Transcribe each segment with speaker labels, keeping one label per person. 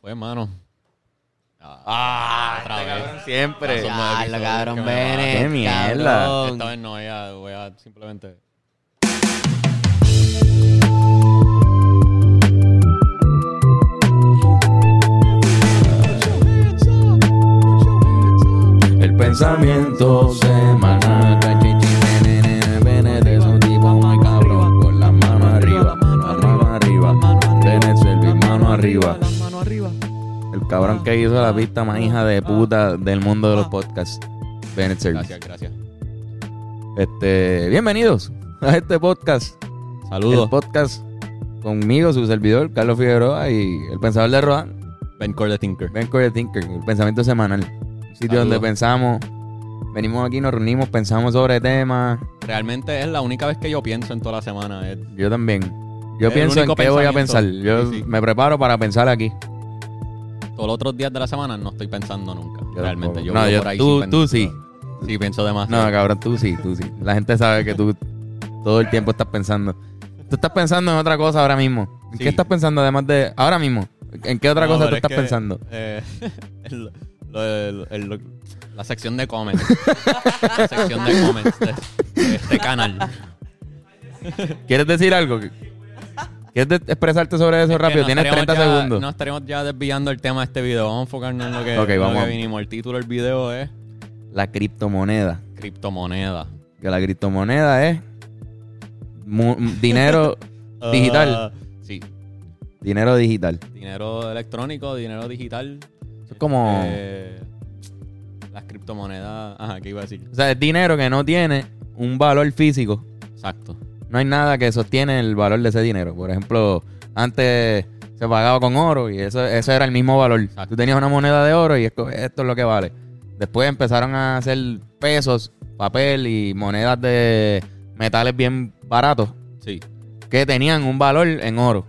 Speaker 1: Fue, Pues, mano.
Speaker 2: Ah,
Speaker 1: Otra
Speaker 2: este
Speaker 1: vez.
Speaker 2: cabrón siempre.
Speaker 1: Son
Speaker 2: Ya,
Speaker 1: nueve
Speaker 3: Ya, lo
Speaker 1: episodios que
Speaker 3: cabrón,
Speaker 1: me matan.
Speaker 3: Bennett.
Speaker 2: Qué mierda.
Speaker 3: cabrón.
Speaker 1: Esta vez no, ya voy a simplemente.
Speaker 4: El pensamiento semanal. Benet es un tipo muy cabrón. Con la mano arriba, la mano arriba. Benet Selvin, mano arriba.
Speaker 2: El cabrón que hizo la pista más hija de puta del mundo de los podcasts. Bennett Service.
Speaker 1: Gracias, gracias.
Speaker 2: Este, bienvenidos a este podcast. El
Speaker 1: Saludos.
Speaker 2: podcast conmigo, su servidor, Carlos Figueroa y el pensador de Rodan,
Speaker 1: Ben Corley Tinker.
Speaker 2: Ben Corey Thinker, el pensamiento semanal. Un sitio
Speaker 1: Saludos.
Speaker 2: donde pensamos, venimos aquí, nos reunimos, pensamos sobre temas.
Speaker 1: Realmente es la única vez que yo pienso en toda la semana. Es-
Speaker 2: Yo también. Yo
Speaker 1: El
Speaker 2: pienso en
Speaker 1: único
Speaker 2: qué voy a
Speaker 1: pensamiento.
Speaker 2: pensar. Yo
Speaker 1: Sí, sí.
Speaker 2: me preparo para pensar aquí.
Speaker 1: Todos los otros días de la semana no estoy pensando nunca.
Speaker 2: Yo
Speaker 1: Realmente. Yo
Speaker 2: tampoco. No,
Speaker 1: vivo
Speaker 2: yo-
Speaker 1: por ahí
Speaker 2: tú-
Speaker 1: sin
Speaker 2: tú
Speaker 1: pensar.
Speaker 2: sí.
Speaker 1: Sí, pienso demasiado.
Speaker 2: No, cabrón, tú sí, tú sí. La gente sabe que tú todo el tiempo estás pensando. Tú estás pensando en otra cosa ahora mismo. ¿En
Speaker 1: Sí.
Speaker 2: qué estás pensando además de ahora mismo? ¿En qué otra
Speaker 1: No,
Speaker 2: cosa tú
Speaker 1: pero es
Speaker 2: estás
Speaker 1: que,
Speaker 2: pensando?
Speaker 1: eh, el- lo del- el- lo- la sección de comments. la sección de comments de, de este canal.
Speaker 2: ¿Quieres decir algo? ¿Quieres de- expresarte sobre eso
Speaker 1: Es que
Speaker 2: rápido?
Speaker 1: nos
Speaker 2: Tienes
Speaker 1: estaríamos
Speaker 2: 30
Speaker 1: ya-
Speaker 2: segundos.
Speaker 1: Nos estaremos ya desviando el tema de este video. Vamos a enfocarnos en lo que,
Speaker 2: Ok,
Speaker 1: en lo
Speaker 2: vamos.
Speaker 1: que vinimos. El título del video es
Speaker 2: La criptomoneda.
Speaker 1: criptomoneda.
Speaker 2: Que la criptomoneda es mu- dinero,
Speaker 1: Ah,
Speaker 2: Digital.
Speaker 1: sí.
Speaker 2: dinero digital.
Speaker 1: Dinero electrónico, dinero digital.
Speaker 2: Eso es como...
Speaker 1: eh, las criptomonedas. Ajá, ¿qué iba a decir?
Speaker 2: O sea, es dinero que no tiene un valor físico.
Speaker 1: Exacto.
Speaker 2: No hay nada que sostiene el valor de ese dinero. Por ejemplo, antes se pagaba con oro y eso, eso era el mismo valor. Tú tenías una moneda de oro y esto, esto es lo que vale. Después empezaron a hacer pesos, papel y monedas de metales bien baratos
Speaker 1: Sí.
Speaker 2: que tenían un valor en oro.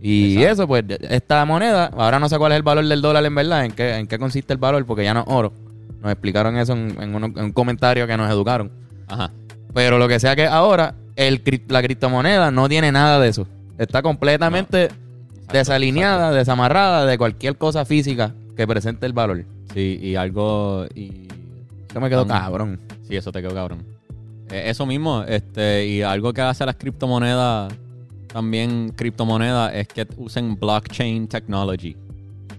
Speaker 2: Y eso, pues, esta moneda, ahora no sé cuál es el valor del dólar en verdad, en qué, en qué consiste el valor, porque ya no es oro. Nos explicaron eso en, en uno- en un comentario que nos educaron.
Speaker 1: Ajá.
Speaker 2: Pero lo que sea que es ahora, el, cri- la criptomoneda no tiene nada de eso. Está completamente desalineada, desamarrada de cualquier cosa física que presente el valor.
Speaker 1: Sí, y algo. Y,
Speaker 2: Eso me quedó
Speaker 1: Mm.
Speaker 2: cabrón.
Speaker 1: sí, eso te quedó cabrón. Eh, eso mismo, este, y algo que hace a las criptomonedas, también criptomonedas, es que usen blockchain technology.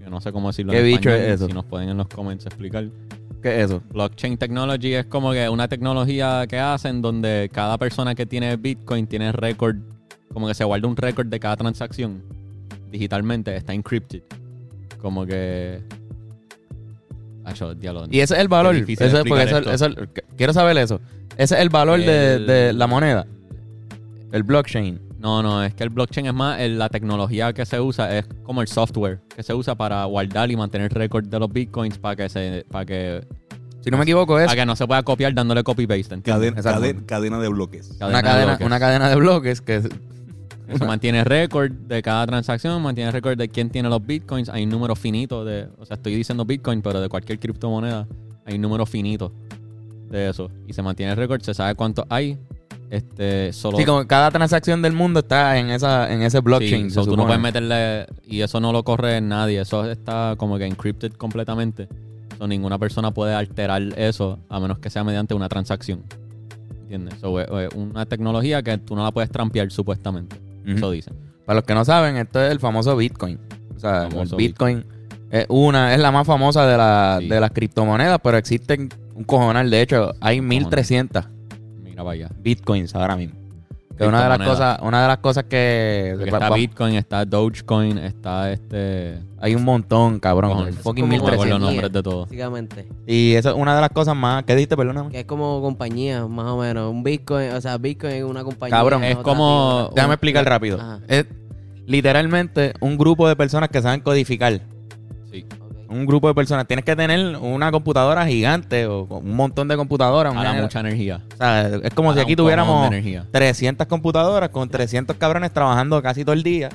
Speaker 1: Yo no sé cómo decirlo
Speaker 2: ¿Qué
Speaker 1: en
Speaker 2: bicho
Speaker 1: español,
Speaker 2: es eso?
Speaker 1: Si nos pueden en los comments explicar.
Speaker 2: ¿Qué es eso?
Speaker 1: Blockchain technology es como que una tecnología que hacen donde cada persona que tiene Bitcoin tiene récord, como que se guarda un récord de cada transacción digitalmente, está encrypted. Como que. Acho, diablo,
Speaker 2: Y ese es el valor.
Speaker 1: Qué difícil
Speaker 2: Eso es- porque
Speaker 1: explicar
Speaker 2: eso- eso- qu- quiero saber eso. Ese es el valor de,
Speaker 1: El-
Speaker 2: de la moneda. El blockchain.
Speaker 1: No, no, es que el blockchain es más el- la tecnología que se usa, es como el software que se usa para guardar y mantener récord de los bitcoins para que se para que,
Speaker 2: Si no me equivoco, es
Speaker 1: para que no se pueda copiar dándole copy paste.
Speaker 5: Cadena,
Speaker 2: Exacto.
Speaker 5: cadena, cadena de bloques.
Speaker 2: una, cadena,
Speaker 1: bloques.
Speaker 2: una cadena de bloques que es-
Speaker 1: Eso mantiene récord de cada transacción, mantiene récord de quién tiene los bitcoins. Hay un número finito de. O sea, estoy diciendo bitcoin, pero de cualquier criptomoneda hay un número finito de eso. Y se mantiene récord, se sabe cuánto hay. Este, solo.
Speaker 2: sí, como cada transacción del mundo está en esa en ese blockchain.
Speaker 1: Sí,
Speaker 2: se
Speaker 1: so tú no
Speaker 2: supone.
Speaker 1: puedes meterle. Y eso no lo corre nadie. Eso está como que encrypted completamente. So, ninguna persona puede alterar eso a menos que sea mediante una transacción. ¿Entiendes? So, eh, eh, una tecnología que tú no la puedes trampear supuestamente.
Speaker 2: Ujú.
Speaker 1: Eso dicen.
Speaker 2: Para los que no saben, esto es el famoso Bitcoin. O sea,
Speaker 1: Famoso
Speaker 2: el Bitcoin, es una, es la más famosa de, la-
Speaker 1: Sí.
Speaker 2: de las criptomonedas, pero existen un cojonal. De hecho, hay 1300
Speaker 1: Mira para allá.
Speaker 2: Bitcoins ahora mismo. Que una de las
Speaker 1: Criptomonedas.
Speaker 2: cosas, una de las cosas que
Speaker 1: Porque
Speaker 2: va-
Speaker 1: está
Speaker 2: va-
Speaker 1: Bitcoin, está Dogecoin, está este.
Speaker 2: hay un montón, cabrón.
Speaker 1: Cojones.
Speaker 2: hay fucking
Speaker 1: No me
Speaker 3: como-
Speaker 1: acuerdo
Speaker 2: 1300.
Speaker 1: los nombres de todos.
Speaker 3: Básicamente.
Speaker 2: Y eso es una de las cosas más, ¿qué dijiste, perdóname?
Speaker 3: Que es como compañía, más o menos. Un Bitcoin, o sea, Bitcoin es una compañía.
Speaker 2: Cabrón,
Speaker 3: otra
Speaker 1: es como-
Speaker 3: tiene
Speaker 2: Déjame
Speaker 1: eh,
Speaker 2: explicar rápido.
Speaker 3: Ajá.
Speaker 2: Es literalmente un grupo de personas que saben codificar.
Speaker 1: Sí.
Speaker 3: otra. Ok.
Speaker 2: Un grupo de personas. Tienes que tener una computadora gigante o un montón de computadoras. un
Speaker 1: Hará
Speaker 2: gener-
Speaker 1: mucha energía.
Speaker 2: O sea, es como si
Speaker 1: Hará
Speaker 2: aquí
Speaker 1: un cojón
Speaker 2: tuviéramos
Speaker 1: de energía.
Speaker 2: 300 computadoras con 300 cabrones trabajando casi todo el día,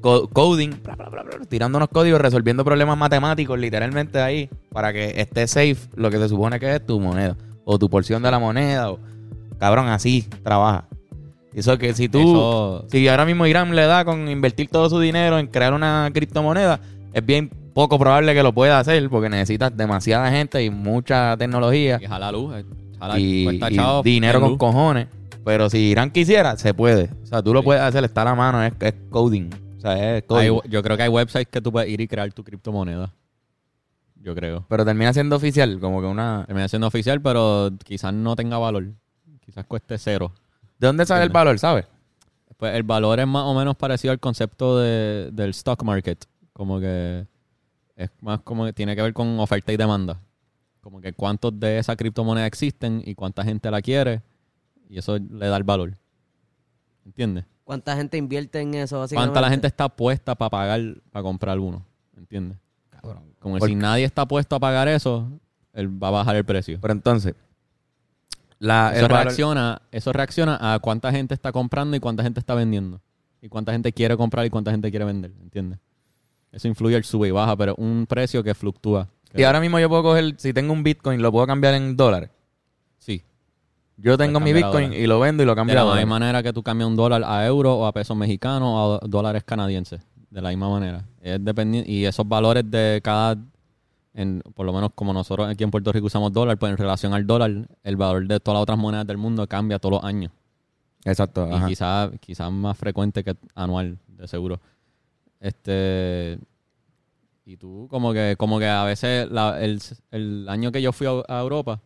Speaker 2: co- coding, bla, bla, bla, bla, tirando unos códigos, resolviendo problemas matemáticos literalmente ahí, para que esté safe lo que se supone que es tu moneda, o tu porción de la moneda, o cabrón, así trabaja. Eso que si tú,
Speaker 1: Eso-
Speaker 2: si ahora mismo Irán le da con invertir todo su dinero en crear una criptomoneda, es bien poco probable que lo pueda hacer porque necesitas demasiada gente y mucha tecnología
Speaker 1: Y jala luz. eh, jala-
Speaker 2: y,
Speaker 1: cuesta, pues,
Speaker 2: y
Speaker 1: chavo,
Speaker 2: dinero
Speaker 1: en
Speaker 2: con
Speaker 1: luz.
Speaker 2: cojones. Pero si Irán quisiera, se puede. O sea, tú lo
Speaker 1: Sí.
Speaker 2: puedes hacer, está a la mano, es, es coding. O sea,
Speaker 1: Hay-
Speaker 2: es código.
Speaker 1: Yo creo que hay websites que tú puedes ir y crear tu criptomoneda. Yo creo.
Speaker 2: Pero termina siendo oficial, como que una...
Speaker 1: Termina siendo oficial, pero quizás no tenga valor. Quizás cueste cero.
Speaker 2: ¿De dónde sale el
Speaker 1: Entiendo.
Speaker 2: valor, sabes?
Speaker 1: Pues el valor es más o menos parecido al concepto de- del stock market. Como que es más como que tiene que ver con oferta y demanda. Como que cuántos de esa criptomoneda existen y cuánta gente la quiere. Y eso le da el valor. ¿Entiendes?
Speaker 3: ¿Cuánta gente invierte en eso? Básicamente?
Speaker 1: ¿Cuánta la gente está puesta para pagar, para comprar uno? ¿Entiendes? Como que
Speaker 2: Por-
Speaker 1: si nadie está puesto a pagar eso, él va a bajar el precio.
Speaker 2: Pero entonces, la,
Speaker 1: Eso
Speaker 2: Pues, el valor-
Speaker 1: reacciona, eso reacciona a cuánta gente está comprando y cuánta gente está vendiendo. Y cuánta gente quiere comprar y cuánta gente quiere vender, ¿entiendes? Eso influye el sube y baja, pero un precio que fluctúa.
Speaker 2: Y ahora mismo yo puedo coger, si tengo un Bitcoin, lo puedo cambiar en dólares.
Speaker 1: Sí.
Speaker 2: Yo tengo mi
Speaker 1: cambiar a
Speaker 2: Bitcoin
Speaker 1: dólares.
Speaker 2: y lo vendo y lo
Speaker 1: De
Speaker 2: cambio a
Speaker 1: la
Speaker 2: dólares.
Speaker 1: misma manera que tú cambias un dólar a euro o a pesos mexicanos o a do- dólares canadienses. De la misma manera. Es dependiente. Y esos valores de cada. En, por lo menos como nosotros aquí en Puerto Rico usamos dólar, pues en relación al dólar, el valor de todas las otras monedas del mundo cambia todos los años.
Speaker 2: Exacto. ajá.
Speaker 1: y quizás quizá más frecuente que anual, de seguro. Este y tú como que como que a veces la- el, el año que yo fui a, a Europa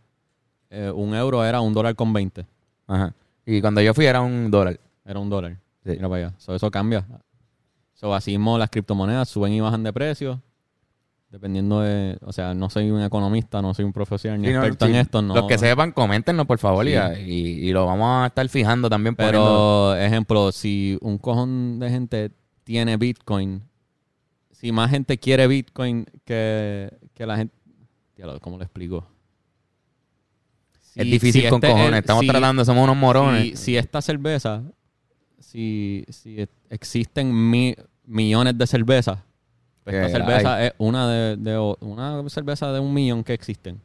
Speaker 1: eh, un euro era un dólar con 20,
Speaker 2: Ajá. Y cuando yo fui era un dólar.
Speaker 1: era un dólar.
Speaker 2: Sí.
Speaker 1: Mira para allá. So, eso cambia. So, así mismo las criptomonedas suben y bajan de precio dependiendo de, o sea, no soy un economista, no soy un profesional ni
Speaker 2: Sí, no,
Speaker 1: experto
Speaker 2: sí.
Speaker 1: en esto, no.
Speaker 2: Los que sepan, coméntenos, por favor, y-
Speaker 1: Sí.
Speaker 2: y, y lo vamos a estar fijando también. poniendo-
Speaker 1: Pero, ejemplo, si un cojón de gente tiene Bitcoin, si más gente quiere Bitcoin que, que la gente. Diablo, ¿Cómo lo explico?
Speaker 2: es
Speaker 1: Si-
Speaker 2: difícil
Speaker 1: si
Speaker 2: con
Speaker 1: este es-
Speaker 2: cojones. Estamos
Speaker 1: si-
Speaker 2: tratando, somos unos morones.
Speaker 1: Si, si esta cerveza, si, si e, existen mi- millones de cervezas, pues esta
Speaker 2: Que
Speaker 1: cerveza es una de, de o- una cerveza de un millón que existen.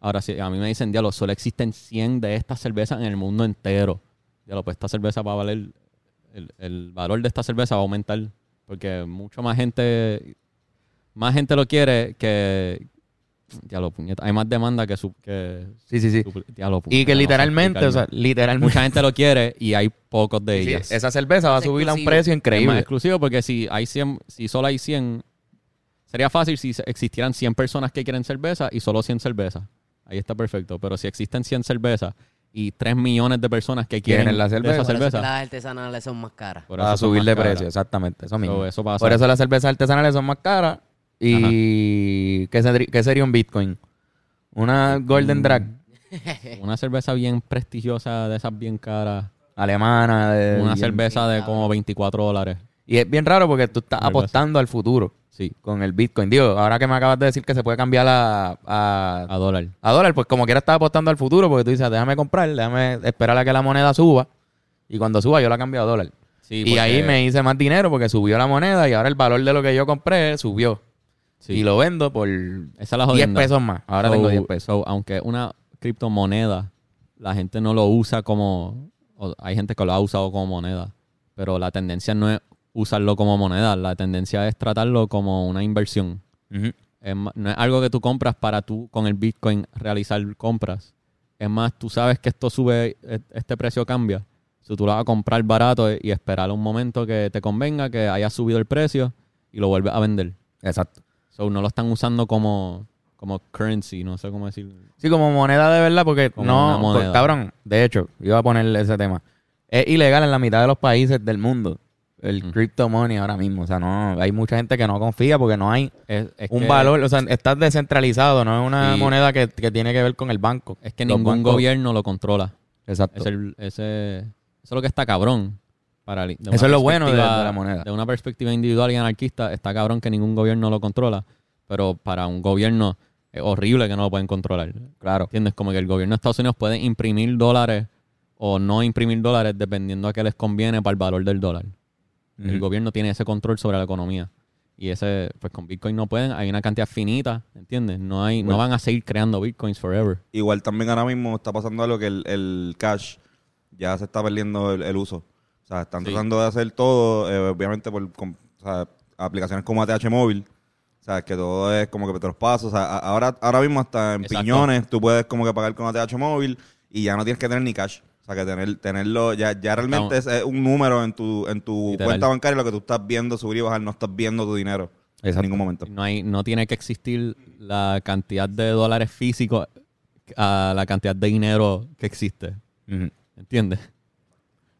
Speaker 1: Ahora, si a mí me dicen, diablo, solo existen 100 de estas cervezas en el mundo entero. Diablo, pues esta cerveza va a valer, el, el valor de esta cerveza va a aumentar. Porque mucho más gente, más gente lo quiere que, diablo, puñeta, hay más demanda que su, que,
Speaker 2: sí, sí, sí.
Speaker 1: supl- diablo,
Speaker 2: Y
Speaker 1: puñeta,
Speaker 2: que
Speaker 1: no sé
Speaker 2: literalmente, o sea,
Speaker 1: explicarme.
Speaker 2: literalmente,
Speaker 1: mucha gente lo quiere y hay pocos de
Speaker 2: sí,
Speaker 1: ellas.
Speaker 2: esa cerveza va a
Speaker 3: Es
Speaker 2: subir a un
Speaker 3: exclusivo.
Speaker 2: precio
Speaker 1: Es más
Speaker 2: increíble.
Speaker 1: exclusivo porque si hay 100, si solo hay 100, sería fácil si se- existieran 100 personas que quieren cerveza y solo 100 cervezas. Ahí está perfecto. Pero si existen 100 cervezas y 3 millones de personas que quieren,
Speaker 2: Quieren la
Speaker 1: de
Speaker 2: cerveza.
Speaker 1: esa
Speaker 3: Por eso es que
Speaker 1: cerveza,
Speaker 3: Las artesanales son más caras.
Speaker 1: por
Speaker 2: Va a
Speaker 1: eso son
Speaker 2: subir
Speaker 1: más
Speaker 2: de
Speaker 1: caras.
Speaker 2: precio, exactamente. Eso mismo.
Speaker 1: So, eso pasa.
Speaker 2: Por eso las cervezas artesanales son más caras. ¿Y ¿qué, sendrí- qué sería un Bitcoin? Una Golden Drag
Speaker 1: Una cerveza bien prestigiosa, de esas bien caras.
Speaker 2: alemana. de-
Speaker 1: Una
Speaker 2: bien-
Speaker 1: cerveza de como 24 dólares.
Speaker 2: Y es bien raro porque tú estás
Speaker 1: Cerveza.
Speaker 2: apostando al futuro
Speaker 1: Sí,
Speaker 2: con el Bitcoin. Digo, ahora que me acabas de decir que se puede cambiar a, a,
Speaker 1: a dólar.
Speaker 2: a dólar, pues como quiera estás apostando al futuro porque tú dices, déjame comprar, déjame esperar a que la moneda suba. Y cuando suba yo la cambio a dólar.
Speaker 1: Sí,
Speaker 2: y
Speaker 1: porque-
Speaker 2: ahí me hice más dinero porque subió la moneda y ahora el valor de lo que yo compré subió.
Speaker 1: sí. Oh.
Speaker 2: Y lo vendo por
Speaker 1: Esa es la
Speaker 2: 10
Speaker 1: jodienda.
Speaker 2: pesos más. Ahora
Speaker 1: So-
Speaker 2: tengo 10 pesos.
Speaker 1: so, aunque es una criptomoneda, la gente no lo usa como. o hay gente que lo ha usado como moneda. Pero la tendencia no es usarlo como moneda. La tendencia es tratarlo como una inversión.
Speaker 2: Ujú.
Speaker 1: Es ma- no es algo que tú compras para tú con el Bitcoin realizar compras. Es más, tú sabes que esto sube, e- este precio cambia. Si tú lo vas a comprar barato eh, y esperar un momento que te convenga, que haya subido el precio y lo vuelves a vender.
Speaker 2: Exacto.
Speaker 1: So, no lo están usando como, como currency, no sé cómo decir.
Speaker 2: Sí, como moneda de verdad, porque
Speaker 1: Como
Speaker 2: no,
Speaker 1: una moneda.
Speaker 2: porque, cabrón, de hecho, iba a poner ese tema. Es ilegal en la mitad de los países del mundo el
Speaker 1: Mm.
Speaker 2: crypto money ahora mismo. O sea, no, hay mucha gente que no confía porque no hay
Speaker 1: Es, es
Speaker 2: un
Speaker 1: que-
Speaker 2: valor. O sea, está descentralizado, no es una
Speaker 1: Sí.
Speaker 2: moneda que, que tiene que ver con el banco.
Speaker 1: Es que
Speaker 2: Los
Speaker 1: ningún
Speaker 2: bancos-
Speaker 1: gobierno lo controla.
Speaker 2: Exacto.
Speaker 1: Es el- ese, eso es lo que está cabrón. Para, li- de una
Speaker 2: Eso es lo bueno de- de
Speaker 1: perspectiva-
Speaker 2: la moneda.
Speaker 1: De una perspectiva individual y anarquista, está cabrón que ningún gobierno lo controla. Pero para un gobierno es horrible que no lo pueden controlar.
Speaker 2: Claro.
Speaker 1: ¿Entiendes? Como que el gobierno de Estados Unidos puede imprimir dólares o no imprimir dólares dependiendo a qué les conviene para el valor del dólar. El
Speaker 2: Ujú.
Speaker 1: gobierno tiene ese control sobre la economía. Y ese, pues con Bitcoin no pueden, hay una cantidad finita, ¿entiendes? No hay, no
Speaker 5: Bueno.
Speaker 1: van a seguir creando Bitcoins forever.
Speaker 5: Igual también ahora mismo está pasando algo que el, el cash ya se está perdiendo el, el uso. O sea, están
Speaker 1: Sí.
Speaker 5: tratando de hacer todo, eh, obviamente, por com- o sea, aplicaciones como ATH móvil. O sea, que todo es como que te los pasos. O sea, a- ahora, ahora mismo hasta en
Speaker 1: Exacto.
Speaker 5: piñones tú puedes como que pagar con ATH móvil y ya no tienes que tener ni cash. O sea, que tener, tenerlo, ya, ya realmente es, es un número en tu, en tu
Speaker 1: Literal.
Speaker 5: cuenta bancaria lo que tú estás viendo subir y bajar, no estás viendo tu dinero
Speaker 2: Exacto.
Speaker 5: en ningún momento.
Speaker 1: No, hay, no tiene que existir la cantidad de dólares físicos a la cantidad de dinero que existe.
Speaker 2: Ujú.
Speaker 1: ¿Entiendes?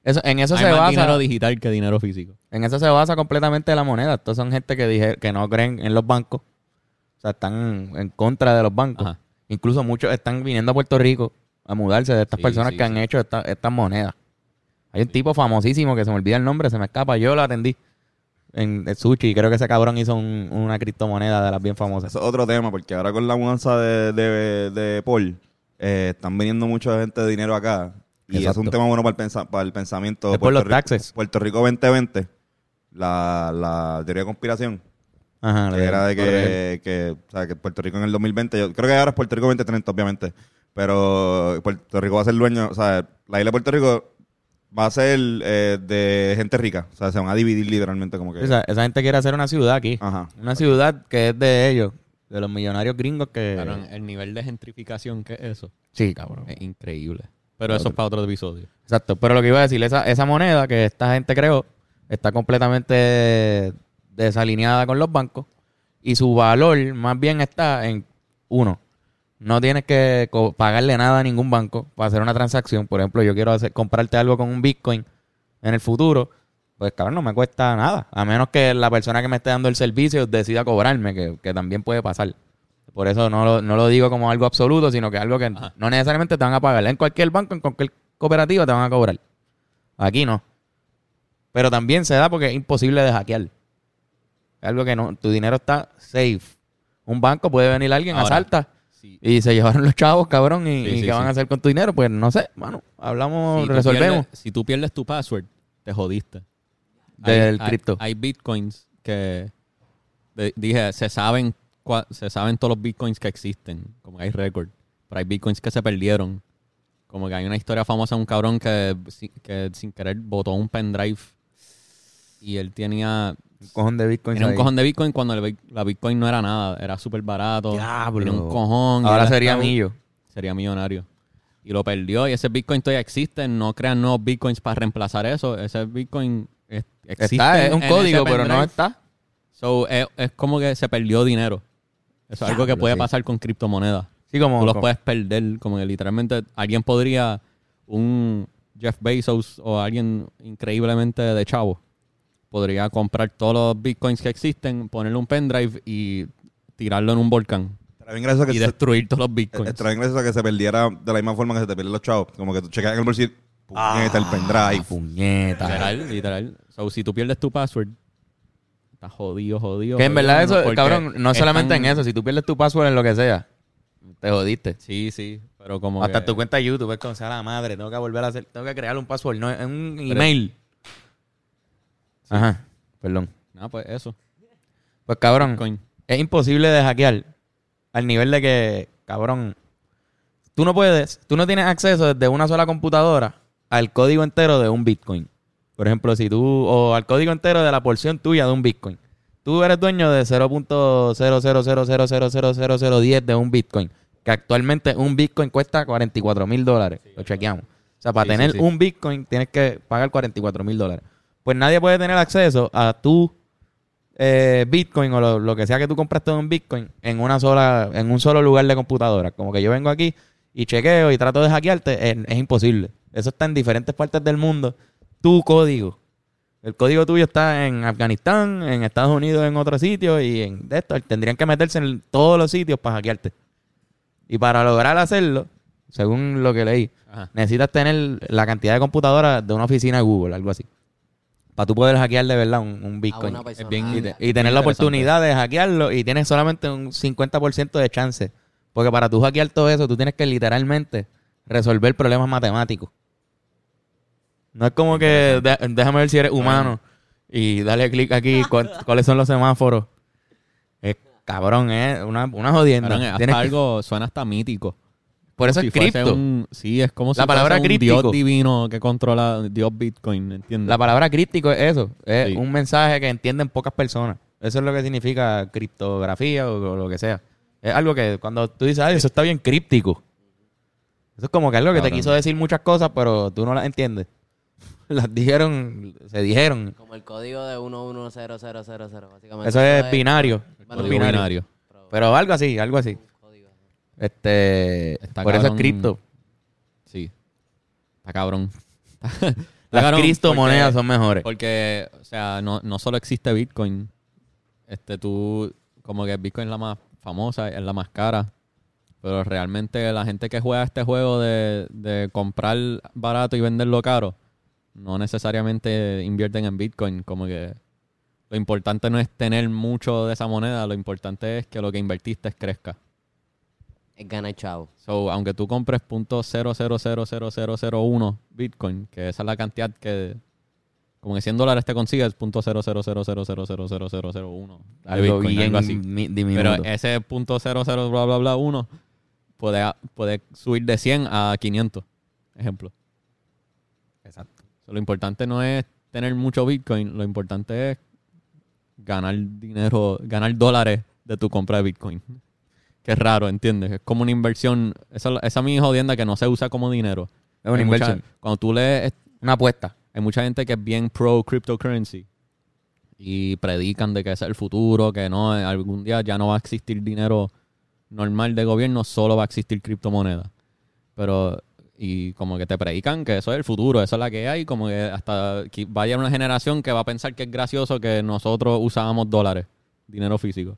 Speaker 2: Eso- en eso
Speaker 1: Hay
Speaker 2: se
Speaker 1: más
Speaker 2: basa.
Speaker 1: dinero digital que dinero físico.
Speaker 2: En eso se basa completamente la moneda. Estos son gente que dije que no creen en los bancos. O sea, están en contra de los bancos.
Speaker 1: Ajá.
Speaker 2: Incluso muchos están viniendo a Puerto Rico a mudarse de estas
Speaker 1: Sí,
Speaker 2: personas
Speaker 1: sí,
Speaker 2: que han
Speaker 1: sí.
Speaker 2: hecho esta- estas monedas. Hay un tipo famosísimo que se me olvida el nombre, se me escapa. Yo lo atendí en el sushi. Creo que ese cabrón hizo un- una criptomoneda de las bien famosas.
Speaker 5: Eso es otro tema, porque ahora con la mudanza de, de, de Paul, eh, están viniendo mucha gente de dinero acá. Y
Speaker 2: Exacto.
Speaker 5: es un tema bueno para el, pensa- para el pensamiento. de
Speaker 2: Es por los
Speaker 5: Puerto Ri-
Speaker 2: taxes.
Speaker 5: Puerto Rico 2020, la, la teoría de conspiración,
Speaker 2: Ajá,
Speaker 5: que
Speaker 2: lo de-
Speaker 5: era de
Speaker 2: lo de-
Speaker 5: que, que, o sea, que Puerto Rico en el 2020, yo creo que ahora es Puerto Rico 2030, obviamente, pero Puerto Rico va a ser dueño, o sea, la isla de Puerto Rico va a ser eh, de gente rica, o sea, se van a dividir literalmente como que...
Speaker 2: esa, esa gente quiere hacer una ciudad aquí.
Speaker 5: Ajá.
Speaker 2: Una ciudad que es de ellos, de los millonarios gringos que.
Speaker 1: Cabrón, el nivel de gentrificación que es eso
Speaker 2: Sí, cabrón.
Speaker 1: es increíble. Pero eso es para otro episodio.
Speaker 2: Exacto, pero lo que iba a decir, esa, esa moneda que esta gente creó está completamente desalineada con los bancos y su valor más bien está en, uno, no tienes que co- pagarle nada a ningún banco para hacer una transacción. Por ejemplo, yo quiero hacer, comprarte algo con un Bitcoin en el futuro, pues cabrón, no me cuesta nada, a menos que la persona que me esté dando el servicio decida cobrarme, que, que también puede pasar. Por eso no lo, no lo digo como algo absoluto, sino que algo que
Speaker 1: Ajá.
Speaker 2: no necesariamente te van a pagar. En cualquier banco, en cualquier cooperativa te van a cobrar. Aquí no. Pero también se da porque es imposible de hackear. Es algo que no, tu dinero está safe. Un banco puede venir alguien,
Speaker 1: Ahora,
Speaker 2: asalta
Speaker 1: Si,
Speaker 2: y se llevaron los chavos, cabrón, y,
Speaker 1: Sí,
Speaker 2: y
Speaker 1: sí,
Speaker 2: ¿qué van
Speaker 1: sí.
Speaker 2: a hacer con tu dinero? Pues no sé, mano, hablamos,
Speaker 1: si tú
Speaker 2: resolvemos.
Speaker 1: pierdes- si tú pierdes tu password, te jodiste.
Speaker 2: Del cripto.
Speaker 1: Hay, bitcoins que de- dije, se saben cua- se saben todos los bitcoins que existen, como que hay récord, pero hay bitcoins que se perdieron. Como que hay una historia famosa de un cabrón que, si- que sin querer botó un pendrive y él tenía,
Speaker 2: Un cojón de Bitcoin.
Speaker 1: tenía un
Speaker 2: Pues ahí.
Speaker 1: cojón de bitcoin cuando el bit- la bitcoin no era nada, era súper barato.
Speaker 2: Diablo.
Speaker 1: Tenía un cojón. y
Speaker 2: Ahora
Speaker 1: él
Speaker 2: sería
Speaker 1: estaba-
Speaker 2: millo.
Speaker 1: sería millonario. Y lo perdió y ese Bitcoin todavía existe. No crean nuevos Bitcoins para reemplazar eso. Ese Bitcoin es- existe.
Speaker 2: Está, es un
Speaker 1: en
Speaker 2: código,
Speaker 1: ese
Speaker 2: pero no
Speaker 1: pendrive.
Speaker 2: está.
Speaker 1: So, es, es como que se perdió dinero. Eso es algo que
Speaker 2: Diablo,
Speaker 1: puede
Speaker 2: sí.
Speaker 1: pasar con criptomonedas.
Speaker 2: Sí, como,
Speaker 1: Tú los
Speaker 2: como-
Speaker 1: puedes perder. Como que literalmente alguien podría, un Jeff Bezos o alguien increíblemente de chavo, podría comprar todos los Bitcoins que existen, ponerle un pendrive y tirarlo en un volcán.
Speaker 5: Estará bien gracioso que
Speaker 1: Y
Speaker 5: se-
Speaker 1: destruir todos los Bitcoins.
Speaker 5: Estará bien gracioso que se perdiera de la misma forma que se te pierden los chavos. Como que tú checas en el bolsillo,
Speaker 2: Ah.
Speaker 5: puñeta, el
Speaker 2: Ay,
Speaker 5: pendrive.
Speaker 2: puñeta.
Speaker 1: Literal, literal. So, si tú pierdes tu password, estás jodido, jodido.
Speaker 2: Que en
Speaker 1: jodido,
Speaker 2: verdad
Speaker 1: ¿no?
Speaker 2: eso,
Speaker 1: Porque
Speaker 2: cabrón, no
Speaker 1: es
Speaker 2: solamente
Speaker 1: tan-
Speaker 2: en eso. Si tú pierdes tu password en lo que sea, te jodiste.
Speaker 1: Sí, sí, pero como
Speaker 2: Hasta
Speaker 1: que-
Speaker 2: tu cuenta de YouTube es como sea la madre. Tengo que volver a hacer, tengo que crear un password, no, es un email. Ajá, perdón.
Speaker 1: No, pues eso.
Speaker 2: Pues cabrón,
Speaker 1: Bitcoin.
Speaker 2: es imposible de hackear al nivel de que, cabrón, tú no puedes, tú no tienes acceso desde una sola computadora al código entero de un Bitcoin. Por ejemplo, si tú, o al código entero de la porción tuya de un Bitcoin. Tú eres dueño de 0.000000010 de un Bitcoin, que actualmente un Bitcoin cuesta 44 mil dólares. Lo chequeamos. O sea, para
Speaker 1: Sí, sí,
Speaker 2: tener
Speaker 1: sí.
Speaker 2: un Bitcoin tienes que pagar 44 mil dólares. Pues nadie puede tener acceso a tu eh, Bitcoin o lo, lo que sea que tú compraste en Bitcoin en una sola, en un solo lugar de computadora. Como que yo vengo aquí y chequeo y trato de hackearte, es, es imposible. Eso está en diferentes partes del mundo. Tu código. El código tuyo está en Afganistán, en Estados Unidos, en otro sitio y en de esto. Tendrían que meterse en todos los sitios para hackearte. Y para lograr hacerlo, según lo que leí,
Speaker 1: Ajá.
Speaker 2: necesitas tener la cantidad de computadoras de una oficina de Google, algo así. Para tú poder hackear de verdad un, un Bitcoin.
Speaker 3: una persona.
Speaker 1: Es bien-
Speaker 2: Y, te- y tener
Speaker 1: Interesante.
Speaker 2: la oportunidad de hackearlo y tienes solamente un 50% de chance. Porque para tú hackear todo eso, tú tienes que literalmente resolver problemas matemáticos. No es como que de- déjame ver si eres humano y dale clic aquí cuál- cuáles son los semáforos. Es cabrón, es una, una jodienda.
Speaker 1: Cabrón, hasta
Speaker 2: Tienes que-
Speaker 1: algo suena hasta mítico.
Speaker 2: Por eso
Speaker 1: si
Speaker 2: es
Speaker 1: fuese
Speaker 2: cripto.
Speaker 1: un- sí, es como si
Speaker 2: La palabra
Speaker 1: fuese un
Speaker 2: críptico.
Speaker 1: dios divino que controla Dios Bitcoin, ¿entiendes?
Speaker 2: La palabra críptico es eso. Es
Speaker 1: Mm. Sí.
Speaker 2: un mensaje que entienden pocas personas. Eso es lo que significa criptografía o, o lo que sea. Es algo que cuando tú dices, "Ay, eso está bien críptico. Eso es como que algo que te
Speaker 1: Cabrón.
Speaker 2: quiso decir muchas cosas, pero tú no las entiendes. Las dijeron, se dijeron.
Speaker 3: Como el código de 110000, básicamente.
Speaker 2: Eso es binario.
Speaker 1: Código
Speaker 3: binario.
Speaker 1: binario.
Speaker 2: Pero algo así, algo así.
Speaker 3: Código.
Speaker 2: Este,
Speaker 1: Está
Speaker 2: por eso es
Speaker 1: cabrón.
Speaker 2: cripto.
Speaker 1: Sí. Está cabrón.
Speaker 2: Las
Speaker 1: Cabrón,
Speaker 2: criptomonedas
Speaker 1: porque-
Speaker 2: son mejores.
Speaker 1: Porque, o sea, no, no solo existe Bitcoin. Este, tú, como que Bitcoin es la más famosa, es la más cara. Pero realmente la gente que juega este juego de, de comprar barato y venderlo caro, no necesariamente invierten en Bitcoin. Como que lo importante no es tener mucho de esa moneda, lo importante es que lo que invertiste crezca.
Speaker 3: Es gana chavo.
Speaker 1: So, aunque tú compres .0000001 Bitcoin, que esa es la cantidad que como que 100 dólares te consigues .000000001 de
Speaker 2: Algo
Speaker 1: Bitcoin,
Speaker 2: bien
Speaker 1: algo así.
Speaker 2: mi-
Speaker 1: Pero eh,
Speaker 2: diminuto.
Speaker 1: ese .00 bla bla bla uno puede, a- puede subir de 100 a 500, ejemplo.
Speaker 2: Exacto.
Speaker 1: So, lo importante no es tener mucho Bitcoin, lo importante es ganar dinero, ganar dólares de tu compra de Bitcoin. Que es raro, ¿entiendes? Es como una inversión. Esa, esa mi jodienda que no se usa como dinero.
Speaker 2: Es una
Speaker 1: Hay mucha-
Speaker 2: inversión.
Speaker 1: cuando tú lees,
Speaker 2: Una apuesta.
Speaker 1: hay mucha gente que es bien pro cryptocurrency y predican de que ese es el futuro, que no, eh, algún día ya no va a existir dinero normal de gobierno, solo va a existir criptomoneda. Pero, y como que te predican que eso es el futuro, eso es la que hay, como que hasta que vaya una generación que va a pensar que es gracioso que nosotros usábamos dólares, dinero físico.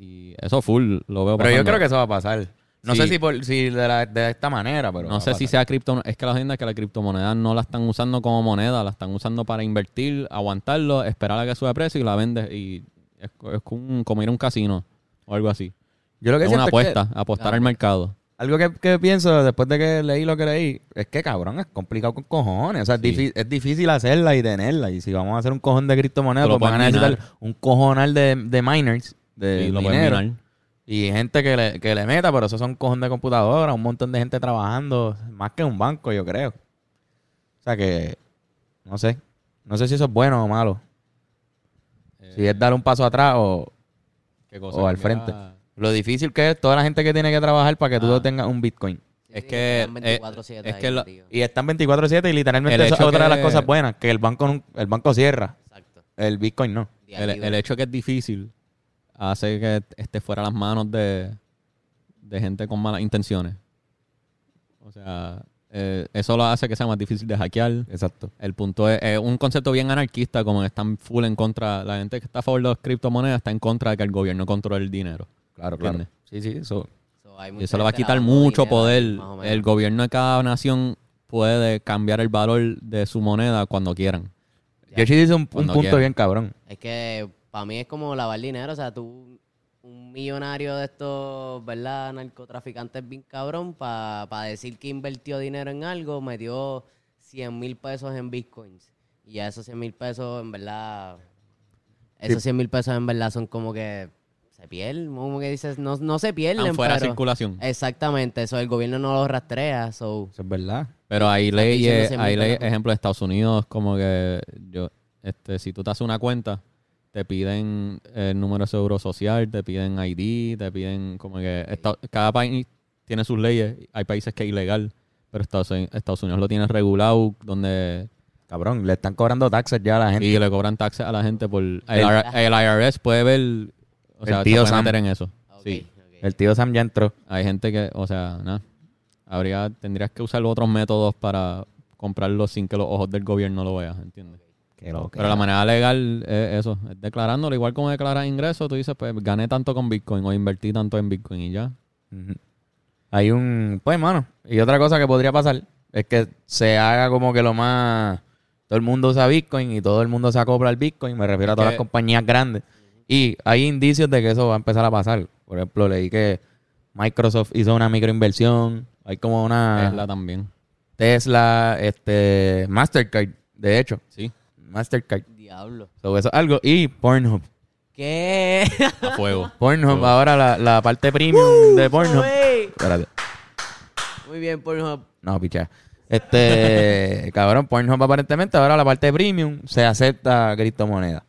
Speaker 1: Y eso full, lo veo
Speaker 2: Pero yo
Speaker 1: pasando.
Speaker 2: creo que eso va a pasar. No
Speaker 1: Sí.
Speaker 2: sé si, por, si de, la- de esta manera, pero. va
Speaker 1: No
Speaker 2: a
Speaker 1: sé si
Speaker 2: pasar.
Speaker 1: sea cripto. Es que la agenda es que la criptomoneda no la están usando como moneda, la están usando para invertir, aguantarlo, esperar a que suba de precio y la vendes. Y es, co- es un- como ir a un casino o algo así.
Speaker 2: Yo lo que
Speaker 1: Es una
Speaker 2: siento es que-
Speaker 1: apuesta, apostar al mercado.
Speaker 2: Algo que, que pienso después de que leí lo que leí es que, cabrón, es complicado con cojones. O sea, es
Speaker 1: Sí.
Speaker 2: difí- es, difícil hacerla y tenerla. Y si vamos a hacer un cojón de criptomonedas,
Speaker 1: Tú lo
Speaker 2: pues van a
Speaker 1: puedes
Speaker 2: necesitar
Speaker 1: minar.
Speaker 2: un cojonal de, de miners, de
Speaker 1: y lo puedes
Speaker 2: dinero.
Speaker 1: minar.
Speaker 2: Y gente que le, que le meta, pero eso son cojón de computadora, un montón de gente trabajando, más que un banco, yo creo. O sea que, no sé. No sé si eso es bueno o malo. si
Speaker 1: Eh,
Speaker 2: es dar un paso atrás o,
Speaker 1: ¿Qué
Speaker 2: o al frente. Lo difícil que es toda la gente que tiene que trabajar para que tú
Speaker 1: Ah.
Speaker 2: tengas un Bitcoin.
Speaker 1: Es
Speaker 3: Sí,
Speaker 1: que,
Speaker 3: están 24/7
Speaker 1: eh, es
Speaker 3: ahí
Speaker 1: que lo-
Speaker 3: metidos.
Speaker 2: Y están 24-7 y literalmente
Speaker 1: El
Speaker 2: esa es
Speaker 1: hecho
Speaker 2: otra de las
Speaker 1: que-
Speaker 2: cosas buenas, que el banco, nun- el banco cierra,
Speaker 3: Exacto.
Speaker 2: el Bitcoin no.
Speaker 3: Día
Speaker 1: El,
Speaker 3: libre.
Speaker 1: el hecho que es difícil hace que esté fuera las manos de, de gente con malas intenciones. O sea, eh, eso lo hace que sea más difícil de hackear.
Speaker 2: Exacto.
Speaker 1: El punto es, es un concepto bien anarquista, como que están full en contra, la gente que está a favor de las criptomonedas está en contra de que el gobierno controle el dinero.
Speaker 2: Claro,
Speaker 1: claro.
Speaker 2: Sí, sí, eso.
Speaker 3: So, hay
Speaker 1: Y
Speaker 3: mucha
Speaker 1: eso le va a
Speaker 3: gente
Speaker 1: quitar
Speaker 3: lavando
Speaker 1: mucho
Speaker 3: dinero,
Speaker 1: poder.
Speaker 3: más o menos.
Speaker 1: El gobierno de cada nación puede cambiar el valor de su moneda cuando quieran.
Speaker 2: Yoshi dice un, un
Speaker 1: Cuando
Speaker 2: punto
Speaker 1: quiera.
Speaker 2: bien cabrón.
Speaker 3: Es que para mí es como lavar dinero, o sea, tú un millonario de estos, ¿verdad? Narcotraficantes bien cabrón, para decir que invirtió dinero en algo, metió 100 mil pesos en bitcoins. Y a esos 100 mil pesos, en verdad, esos 100 mil pesos en verdad son como que se pierden, como que dices, no, no se pierden.
Speaker 1: Están fuera de
Speaker 3: pero-
Speaker 1: circulación.
Speaker 3: Exactamente, eso el gobierno no los rastrea, so...
Speaker 2: Eso es verdad.
Speaker 1: Pero hay
Speaker 3: Están
Speaker 1: leyes,
Speaker 3: diciéndose mil
Speaker 1: hay leyes,
Speaker 3: carajos.
Speaker 1: ejemplo, de Estados Unidos, como que yo, este, si tú te haces una cuenta, te piden el número de seguro social, te piden ID, te piden como que esta- cada país tiene sus leyes, hay países que es ilegal, pero Estados, Estados Unidos lo tiene regulado, donde
Speaker 2: Cabrón, le están cobrando taxes ya a la gente.
Speaker 1: y le cobran taxes a la gente por el, el IRS puede ver, o
Speaker 2: El
Speaker 1: sea,
Speaker 2: tío
Speaker 1: tío se puede
Speaker 2: Sam.
Speaker 1: meter en eso.
Speaker 3: ok,
Speaker 1: Sí.
Speaker 3: ok.
Speaker 2: El tío Sam ya entró.
Speaker 1: Hay gente que, o sea, nada. Habría, tendrías que usar otros métodos para comprarlo sin que los ojos del gobierno lo vean, ¿entiendes?
Speaker 2: Qué loco.
Speaker 1: Pero la manera legal es eso, es declarándolo. Igual como declaras ingresos, tú dices, pues gané tanto con Bitcoin o invertí tanto en Bitcoin y ya.
Speaker 2: Ujú. Hay un... Pues, mano. Y otra cosa que podría pasar es que se haga como que lo más... Todo el mundo usa Bitcoin y todo el mundo se acopla al Bitcoin. Me refiero a todas
Speaker 1: que-
Speaker 2: las compañías grandes. Y hay indicios de que eso va a empezar a pasar. Por ejemplo, leí que Microsoft hizo una microinversión. Hay como una...
Speaker 1: Tesla también.
Speaker 2: Tesla, este, Mastercard, de hecho.
Speaker 1: Sí,
Speaker 2: Mastercard.
Speaker 3: Diablo.
Speaker 2: So, eso es algo. Y Pornhub.
Speaker 3: ¿Qué?
Speaker 1: a fuego.
Speaker 2: Pornhub, ahora la, la parte premium de Pornhub.
Speaker 3: Wey.
Speaker 2: Espérate.
Speaker 3: muy bien Pornhub.
Speaker 2: No, picha. Este, cabrón, Pornhub aparentemente ahora la parte premium se acepta criptomoneda.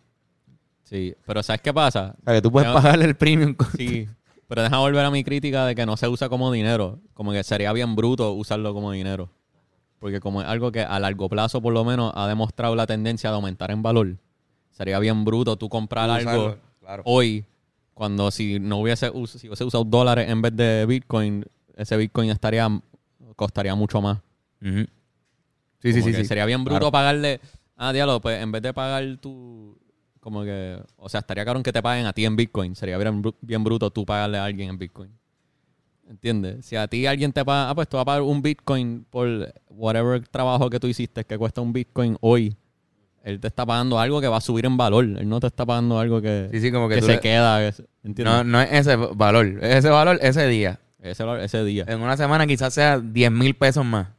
Speaker 1: Sí, pero ¿sabes qué pasa?
Speaker 2: O sea, que tú puedes
Speaker 1: Tengo-
Speaker 2: pagarle el premium. con-
Speaker 1: Sí, pero deja volver a mi crítica de que no se usa como dinero. Como que sería bien bruto usarlo como dinero. Porque como es algo que a largo plazo por lo menos ha demostrado la tendencia de aumentar en valor. Sería bien bruto tú comprar
Speaker 2: Usarlo,
Speaker 1: algo
Speaker 2: claro.
Speaker 1: hoy cuando si no hubiese, us- si hubiese usado dólares en vez de Bitcoin, ese Bitcoin estaría costaría mucho más.
Speaker 2: Ujú. Sí, sí,
Speaker 1: Como
Speaker 2: sí,
Speaker 1: que
Speaker 2: sí.
Speaker 1: Sería bien bruto
Speaker 2: Claro.
Speaker 1: pagarle. Ah, diablo, pues en vez de pagar tu. Como que. O sea, estaría caro que te paguen a ti en Bitcoin. Sería bien, bru- bien bruto tú pagarle a alguien en Bitcoin. ¿Entiendes? Si a ti alguien te paga. Ah, pues tú vas a pagar un Bitcoin por whatever trabajo que tú hiciste que cuesta un Bitcoin hoy. Él te está pagando algo que va a subir en valor. Él no te está pagando algo que,
Speaker 2: Sí, sí, como que
Speaker 1: que
Speaker 2: tú
Speaker 1: se
Speaker 2: le-
Speaker 1: queda. que se-
Speaker 2: No,
Speaker 1: ¿Entiendes?
Speaker 2: no es ese valor. Es Ese valor ese día.
Speaker 1: Ese, valor- ese día.
Speaker 2: En una semana quizás sea 10 mil pesos más.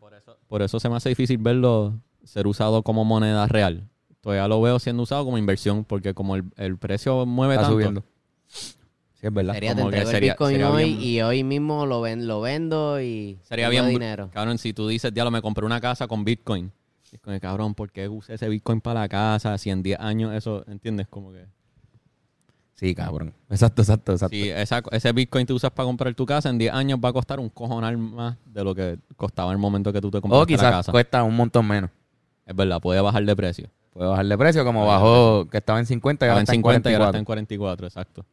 Speaker 1: Por eso se me hace difícil verlo ser usado como moneda real. Todavía lo veo siendo usado como inversión porque como el, el precio mueve
Speaker 2: Está
Speaker 1: tanto.
Speaker 2: subiendo. Sí, es verdad.
Speaker 3: Sería, te
Speaker 1: como que
Speaker 3: entrego el
Speaker 1: sería-
Speaker 3: Bitcoin
Speaker 1: sería
Speaker 3: hoy
Speaker 1: bien-
Speaker 3: y hoy mismo lo, ven, lo vendo y
Speaker 1: Sería
Speaker 3: tengo
Speaker 1: bien bru-
Speaker 3: dinero.
Speaker 1: Cabrón, si tú dices, diablo, me compré una casa con Bitcoin. Es como, cabrón, ¿por qué usé ese Bitcoin para la casa? Si en 10 años eso, ¿entiendes? Como que...
Speaker 2: Sí, cabrón. Exacto, exacto, exacto.
Speaker 1: Si esa- ese Bitcoin tú usas para comprar tu casa, en 10 años va a costar un cojonal más de lo que costaba en el momento que tú te
Speaker 2: o
Speaker 1: compraste la
Speaker 2: Oh, quizás
Speaker 1: casa.
Speaker 2: cuesta un montón menos.
Speaker 1: Es verdad, puede bajar de precio.
Speaker 2: Puede bajarle precio, como bajó, que estaba en 50 y
Speaker 1: Estaba
Speaker 2: ahora
Speaker 1: en
Speaker 2: está en
Speaker 1: 50 y ahora está
Speaker 2: 44.
Speaker 1: en 44, exacto.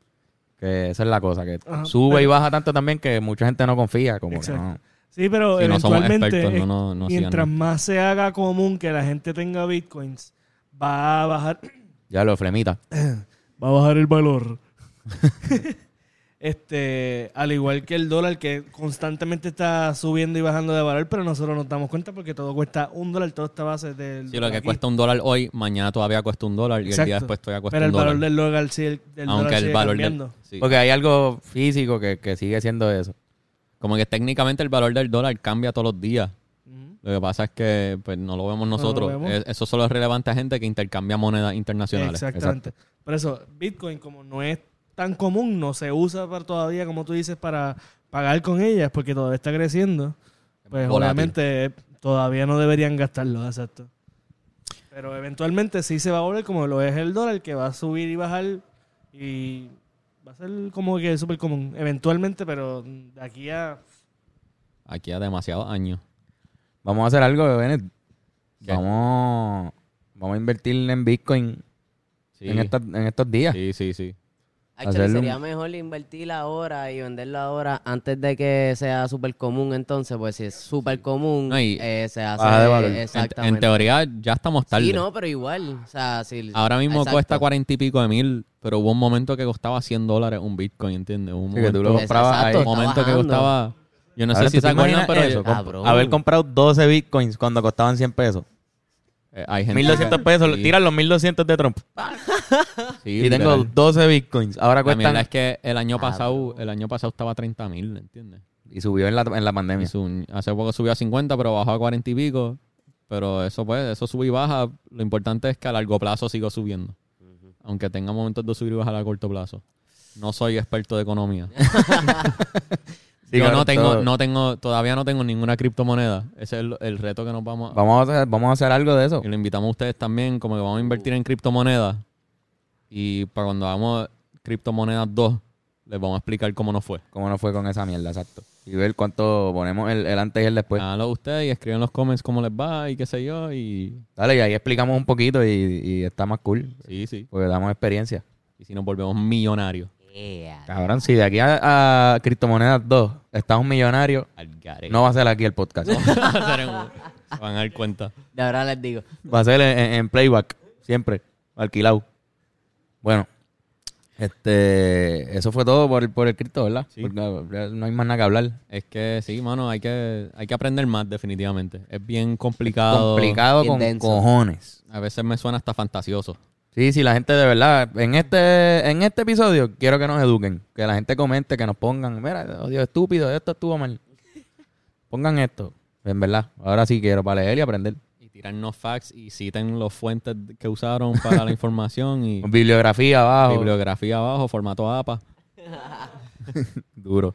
Speaker 2: Que esa es la cosa, que sube y baja tanto también que mucha gente no confía. Como que
Speaker 6: Exacto.
Speaker 2: no.
Speaker 6: Sí, pero
Speaker 1: Si no somos
Speaker 6: eventualmente,
Speaker 1: expertos, no,
Speaker 6: eh,
Speaker 1: no- no sigan.
Speaker 6: mientras más se haga común que la gente tenga bitcoins, va a bajar,
Speaker 2: Ya lo flemita.
Speaker 6: va a bajar el valor. este, al igual que el dólar que constantemente está subiendo y bajando de valor, pero nosotros nos damos cuenta porque todo cuesta un dólar, todo está a base del.
Speaker 1: Si lo que
Speaker 6: aquí.
Speaker 1: cuesta un dólar hoy, mañana todavía cuesta un dólar y el
Speaker 6: Exacto.
Speaker 1: día después todavía cuesta
Speaker 6: Pero el
Speaker 1: un dólar.
Speaker 6: valor del dólar sí, el, del
Speaker 1: aunque
Speaker 6: dólar
Speaker 1: el
Speaker 6: sigue
Speaker 1: valor
Speaker 6: cambiando.
Speaker 1: del, sí.
Speaker 2: Porque hay algo físico que, que sigue siendo eso.
Speaker 1: Como que técnicamente el valor del dólar cambia todos los días.
Speaker 6: Ujú.
Speaker 1: Lo que pasa es que pues, no lo vemos
Speaker 6: lo
Speaker 1: nosotros.
Speaker 6: vemos.
Speaker 1: Es- eso solo es relevante a gente que intercambia monedas internacionales.
Speaker 6: Exactamente. Por eso, Bitcoin, como no es tan común, no se usa para todavía, como tú dices, para pagar con ellas, porque todavía está creciendo. Pues
Speaker 1: Volátil.
Speaker 6: obviamente eh, todavía no deberían gastarlo, exacto. Pero eventualmente sí se va a volver como lo es el dólar, que va a subir y bajar y va a ser como que súper común, eventualmente, pero de aquí a...
Speaker 1: Aquí a demasiados años.
Speaker 2: Vamos a hacer algo, Bennett.
Speaker 1: ¿Qué?
Speaker 2: Vamos, vamos a invertir en Bitcoin
Speaker 1: Sí,
Speaker 2: en, esta- en estos días.
Speaker 1: sí, sí, sí.
Speaker 3: Actually,
Speaker 2: Hacerlo un-
Speaker 3: sería mejor invertir ahora y venderlo ahora antes de que sea súper común entonces, pues si es súper común,
Speaker 1: No, y-
Speaker 3: eh, se hace...
Speaker 2: Baja de valor. En-
Speaker 1: En,
Speaker 3: Exactamente.
Speaker 1: en teoría ya estamos tarde.
Speaker 3: Sí, no, pero igual. O sea, si-
Speaker 1: Ahora mismo
Speaker 3: exacto.
Speaker 1: cuesta cuarenta y pico de mil, pero hubo un momento que costaba 100 dólares un Bitcoin, ¿entiendes? Hubo Un
Speaker 2: Sí, que tú
Speaker 1: momento,
Speaker 2: lo comprabas ahí.
Speaker 1: un
Speaker 3: está
Speaker 1: momento que
Speaker 3: bajando.
Speaker 1: costaba... Yo no
Speaker 2: Ahora,
Speaker 1: sé si se
Speaker 2: ¿tú te
Speaker 1: acuerdan,
Speaker 2: imaginas
Speaker 1: pero...
Speaker 2: eso? Comp-
Speaker 3: Cabrón.
Speaker 2: Haber comprado 12 Bitcoins cuando costaban 100 pesos.
Speaker 1: eh, hay gente...
Speaker 2: 1200 pesos,
Speaker 1: Sí,
Speaker 2: tiran los 1200 de Trump.
Speaker 1: sí,
Speaker 2: Y tengo
Speaker 1: literal.
Speaker 2: 12 bitcoins. Ahora
Speaker 1: La
Speaker 2: cuestan.
Speaker 1: mierda es que el
Speaker 2: Ah,
Speaker 1: año pasado, el año pasado estaba a 30 mil, ¿entiendes?
Speaker 2: Y subió en la, en la
Speaker 1: Y
Speaker 2: pandemia.
Speaker 1: su- hace poco subió a 50, pero bajó a 40 y pico. Pero eso pues, eso sube y baja. Lo importante es que a largo plazo sigo subiendo. Aunque tenga momentos de subir y bajar a corto plazo. No soy experto de economía.
Speaker 2: Sí,
Speaker 1: Yo
Speaker 2: claro,
Speaker 1: no tengo,
Speaker 2: todo.
Speaker 1: no tengo, todavía no tengo ninguna criptomoneda. Ese es el, el reto que nos vamos a...
Speaker 2: Vamos a, hacer, vamos Uh. a hacer algo de eso.
Speaker 1: Y lo invitamos a ustedes también, como que vamos a invertir en criptomonedas. Y para cuando hagamos criptomonedas 2, les vamos a explicar cómo nos fue.
Speaker 2: ¿Cómo no fue con esa mierda? Exacto. Y ver cuánto ponemos el, el antes y el después.
Speaker 1: Háganlo ustedes y escriban en los comments cómo les va y qué sé yo. Y
Speaker 2: Dale, y ahí explicamos un poquito y, y está más cool.
Speaker 1: sí, sí.
Speaker 2: Porque damos experiencia.
Speaker 1: Y si nos volvemos millonarios.
Speaker 3: Yeah.
Speaker 2: Cabrón, si de aquí a, a Criptomonedas 2 estás un millonario,
Speaker 1: Al garete.
Speaker 2: no va a ser aquí el podcast.
Speaker 1: Se van a dar cuenta.
Speaker 3: De verdad les digo.
Speaker 2: Va a ser en, en- en playback, siempre, alquilado. Bueno, este, eso fue todo por, el- por el cripto, ¿verdad? Porque, eh, no hay más nada que hablar.
Speaker 1: Es que sí, mano, hay que, hay que aprender más, definitivamente. Es bien complicado.
Speaker 2: Complicado con
Speaker 3: Intenso.
Speaker 2: cojones.
Speaker 1: A veces me suena hasta fantasioso.
Speaker 2: Sí, sí, la gente de verdad, en este, en este episodio quiero que nos eduquen, que la gente comente, que nos pongan, mira, oh, Dios estúpido, esto estuvo mal. Pongan esto, en verdad. Ahora sí quiero para leer y aprender.
Speaker 1: Y tirarnos facts y citen los fuentes que usaron para la información y
Speaker 2: Bibliografía abajo.
Speaker 1: bibliografía abajo, formato APA.
Speaker 2: Duro.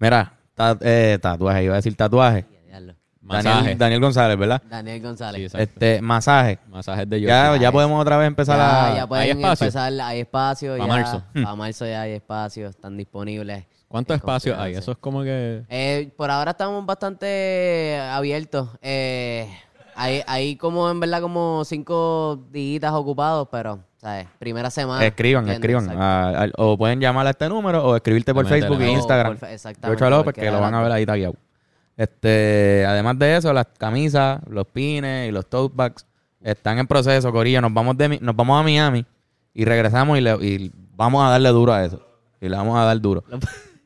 Speaker 2: Mira, ta- eh, tatuaje, iba a decir tatuaje.
Speaker 3: Diablo.
Speaker 1: Masaje.
Speaker 2: Daniel, Daniel González, ¿verdad?
Speaker 3: Daniel
Speaker 1: Sí,
Speaker 3: González.
Speaker 1: exacto.
Speaker 2: Este, masaje.
Speaker 1: Masajes de yoga.
Speaker 2: Ya, ya podemos otra vez empezar
Speaker 3: ya,
Speaker 2: a...
Speaker 3: ya
Speaker 1: ¿hay
Speaker 3: pueden
Speaker 1: espacio?
Speaker 3: empezar, hay espacio.
Speaker 1: Pa'
Speaker 3: ya,
Speaker 1: marzo.
Speaker 3: Para marzo ya hay espacio, están disponibles.
Speaker 1: ¿Cuántos
Speaker 3: En
Speaker 1: espacios hay?
Speaker 3: confianza.
Speaker 1: Eso es como que...
Speaker 3: Eh, por ahora estamos bastante abiertos. Eh, hay, hay como en verdad como cinco días ocupados, pero, ¿sabes? Primera semana.
Speaker 2: Escriban,
Speaker 3: ¿entiendes?
Speaker 2: escriban.
Speaker 3: Exacto.
Speaker 2: a- al- o pueden llamar a este número o escribirte por
Speaker 1: También
Speaker 2: Facebook e
Speaker 1: tenemos-
Speaker 2: Instagram.
Speaker 3: por fe- exactamente,
Speaker 2: Yocho López, que
Speaker 3: cualquiera
Speaker 2: lo van a
Speaker 3: de
Speaker 2: ver
Speaker 3: las
Speaker 2: ahí tagueado. Este, además de eso, las camisas, los pines y los tote bags están en proceso, Corillo. Nos vamos, de, Mi- nos vamos a Miami y regresamos y, le- y vamos a darle duro a eso. Y le vamos a dar duro.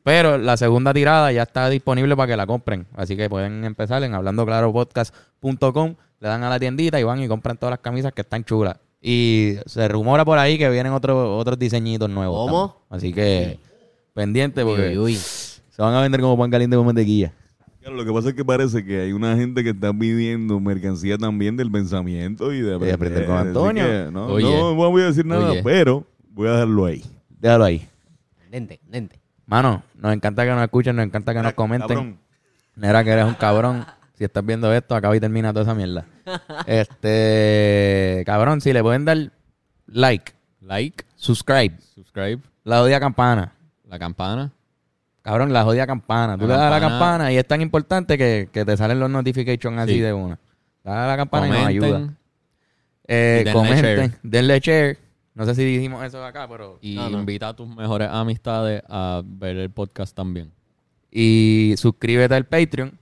Speaker 2: Pero la segunda tirada ya está disponible para que la compren. Así que pueden empezar en hablandoclaropodcast.com. Le dan a la tiendita y van y compran todas las camisas que están chulas. Y se rumora por ahí que vienen otro- otros diseñitos nuevos.
Speaker 3: ¿Cómo?
Speaker 2: también. Así que pendiente Ah, porque
Speaker 3: Uy, uy, uy.
Speaker 2: se van a vender como pan caliente con mantequilla.
Speaker 4: Claro, lo que pasa es que parece que hay una gente que está pidiendo mercancía también del pensamiento y de aprender,
Speaker 2: de aprender con
Speaker 4: Así
Speaker 2: Antonio.
Speaker 4: que, no,
Speaker 1: Oye.
Speaker 4: no voy a decir nada,
Speaker 1: Oye.
Speaker 4: pero voy a dejarlo ahí.
Speaker 2: Déjalo ahí.
Speaker 3: Lente, lente.
Speaker 2: Mano, nos encanta que nos escuchen, nos encanta que nos comenten.
Speaker 5: Cabrón.
Speaker 2: Nera, que eres un cabrón. Si estás viendo esto, acaba y termina toda esa mierda. Este, cabrón, si le pueden dar like,
Speaker 1: Like,
Speaker 2: subscribe,
Speaker 1: subscribe,
Speaker 2: la jodida campana.
Speaker 1: la campana.
Speaker 2: Cabrón, la jodida campana. Tú
Speaker 1: La
Speaker 2: le das a la
Speaker 1: campana.
Speaker 2: campana y es tan importante que, que te salen los notifications así
Speaker 1: Sí.
Speaker 2: de una. Dale a la campana y nos ayuda.
Speaker 1: Comenten.
Speaker 2: Eh,
Speaker 1: Y denle
Speaker 2: comenten,
Speaker 1: share.
Speaker 2: denle share. No sé si dijimos eso acá, pero
Speaker 1: Y
Speaker 3: No, no.
Speaker 1: invita a tus mejores amistades a ver el podcast también.
Speaker 2: y suscríbete al Patreon.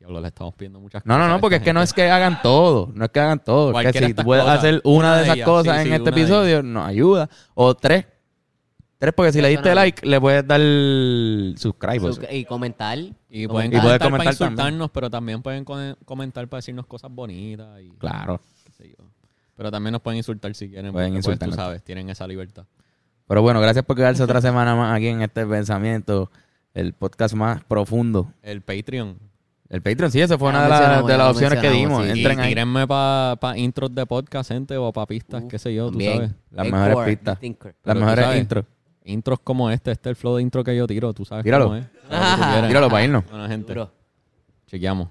Speaker 1: Diablo, le estamos pidiendo muchas
Speaker 2: No,
Speaker 1: cosas.
Speaker 2: no,
Speaker 1: a
Speaker 2: no,
Speaker 1: esta
Speaker 2: porque es que no
Speaker 1: gente.
Speaker 2: es que hagan todo, no es que hagan todo. es Que
Speaker 1: Cualquiera
Speaker 2: si
Speaker 1: de estas
Speaker 2: tú puedes
Speaker 1: cosas.
Speaker 2: hacer una de
Speaker 1: Una
Speaker 2: esas
Speaker 1: de ellas,
Speaker 2: cosas
Speaker 1: sí,
Speaker 2: en
Speaker 1: sí,
Speaker 2: este
Speaker 1: una de
Speaker 2: episodio, nos ayuda. O tres. Tres, porque si le diste
Speaker 3: suena
Speaker 2: like, le puedes dar subscribe. o sea.
Speaker 3: Su- Y comentar.
Speaker 1: Y pueden
Speaker 2: Y
Speaker 1: comentar,
Speaker 2: puedes
Speaker 1: para
Speaker 2: comentar también.
Speaker 1: insultarnos, pero también pueden co- comentar para decirnos cosas bonitas. Y,
Speaker 2: Claro.
Speaker 1: qué sé yo. Pero también nos pueden insultar si quieren.
Speaker 2: Pueden
Speaker 1: porque, pues, tú
Speaker 2: insultarnos.
Speaker 1: sabes, tienen esa libertad.
Speaker 2: Pero bueno, gracias por quedarse otra semana más aquí en este pensamiento, el podcast más profundo.
Speaker 1: El Patreon.
Speaker 2: El Patreon, sí, eso fue una
Speaker 3: Ya lo
Speaker 2: de, las-
Speaker 3: mencionamos,
Speaker 2: de
Speaker 3: ya
Speaker 2: las
Speaker 3: lo
Speaker 2: opciones que dimos.
Speaker 3: mencionamos, sí.
Speaker 2: Entren
Speaker 1: y
Speaker 2: ahí.
Speaker 1: tírenme para intros de podcast, gente, o para pistas, qué sé yo, tú
Speaker 3: También.
Speaker 1: sabes.
Speaker 2: Las
Speaker 3: El
Speaker 2: mejores
Speaker 3: core,
Speaker 2: pistas.
Speaker 3: el thinker.
Speaker 2: Las
Speaker 1: tú
Speaker 2: mejores
Speaker 1: sabes.
Speaker 2: intros.
Speaker 1: Intros como este, este es el flow de intro que yo tiro, tú sabes
Speaker 2: Tíralo.
Speaker 1: cómo es. Lo que tú quieras.
Speaker 2: Tíralo para irnos.
Speaker 1: Bueno, gente,
Speaker 3: Duro.
Speaker 1: chequeamos.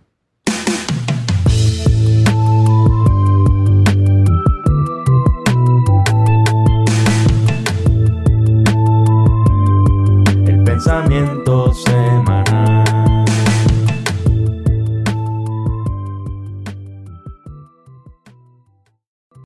Speaker 4: El pensamiento